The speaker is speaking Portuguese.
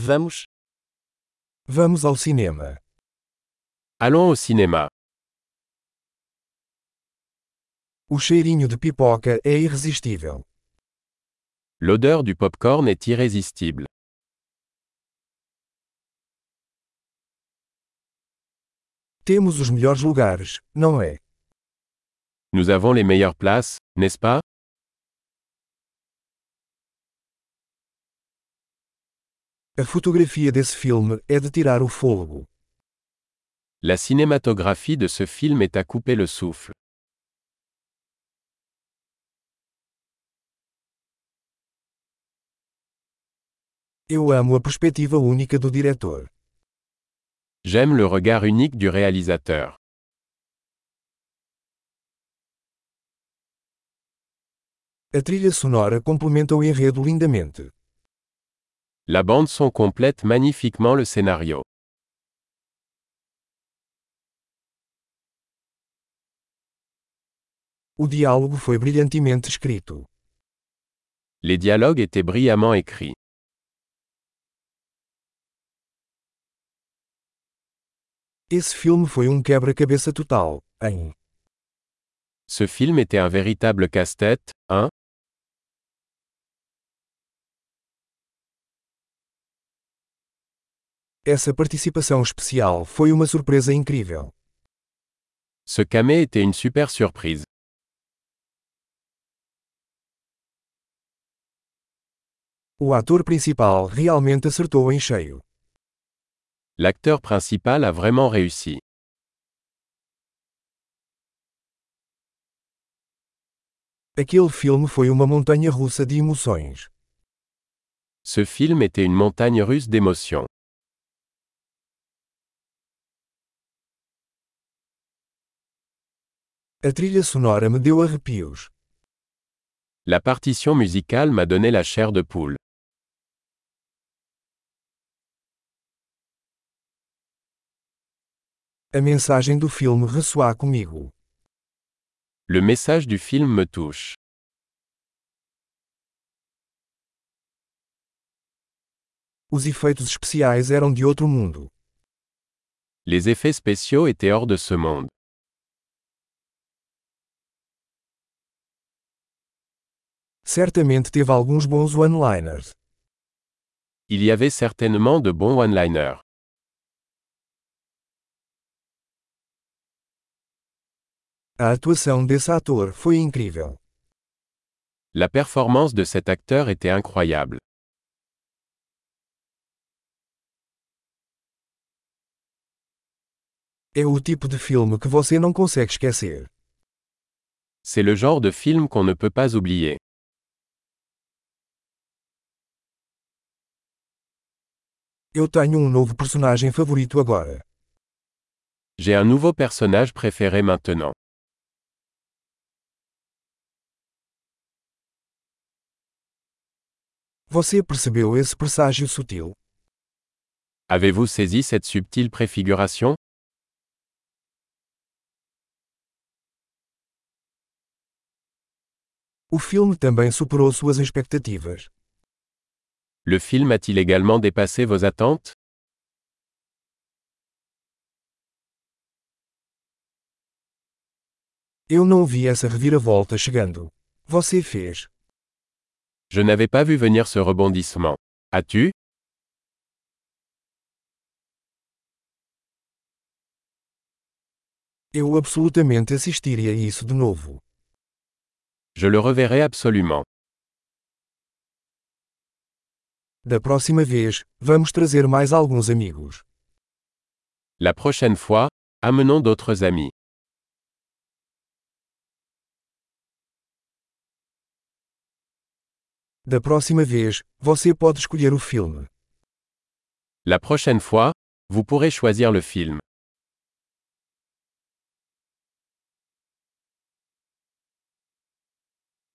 Vamos. Vamos ao cinema. Allons au cinéma. O cheirinho de pipoca é irresistível. L'odeur du popcorn est irrésistible. Temos os melhores lugares, não é? Nous avons les meilleures places, n'est-ce pas A fotografia desse filme é de tirar o fôlego. La cinématographie de ce film est à couper le souffle. Eu amo a perspectiva única do diretor. J'aime le regard unique du réalisateur. A trilha sonora complementa o enredo lindamente. La bande son complète magnifiquement le scénario. O diálogo foi brilhantemente escrito. Les dialogues étaient brillamment écrits. Esse filme foi um quebra-cabeça total, em Ce film était un véritable casse-tête, hein Essa participação especial foi uma surpresa incrível. Ce camé était une super surprise. O ator principal realmente acertou em cheio. L'acteur principal a vraiment réussi. Aquele filme foi uma montanha russa de emoções. Ce film était une montagne russe d'émotions. A trilha sonora me deu arrepios. La partition musicale m'a donné la chair de poule. A mensagem do filme ressoa comigo. Le message du film me touche. Os efeitos especiais eram de outro mundo. Les effets spéciaux étaient hors de ce monde. Certamente teve alguns bons one-liners. Il y avait certainement de bons one-liners. A atuação desse ator foi incrível. La performance de cet acteur était incroyable. É o tipo de filme que você não consegue esquecer. C'est le genre de film qu'on ne peut pas oublier. Eu tenho um novo personagem favorito agora. J'ai un nouveau personnage préféré maintenant. Você percebeu esse presságio sutil? Avez-vous saisi cette subtile préfiguration O filme também superou suas expectativas. Le film a-t-il également dépassé vos attentes Eu não vi essa reviravolta chegando. Você fez. Je n'avais pas vu venir ce rebondissement. As-tu Eu absolutamente assistiria a isso de novo. Je le reverrai absolument. Da próxima vez, vamos trazer mais alguns amigos. La prochaine fois, amenons d'autres amis. Da próxima vez, você pode escolher o filme. La prochaine fois, vous pourrez choisir le film.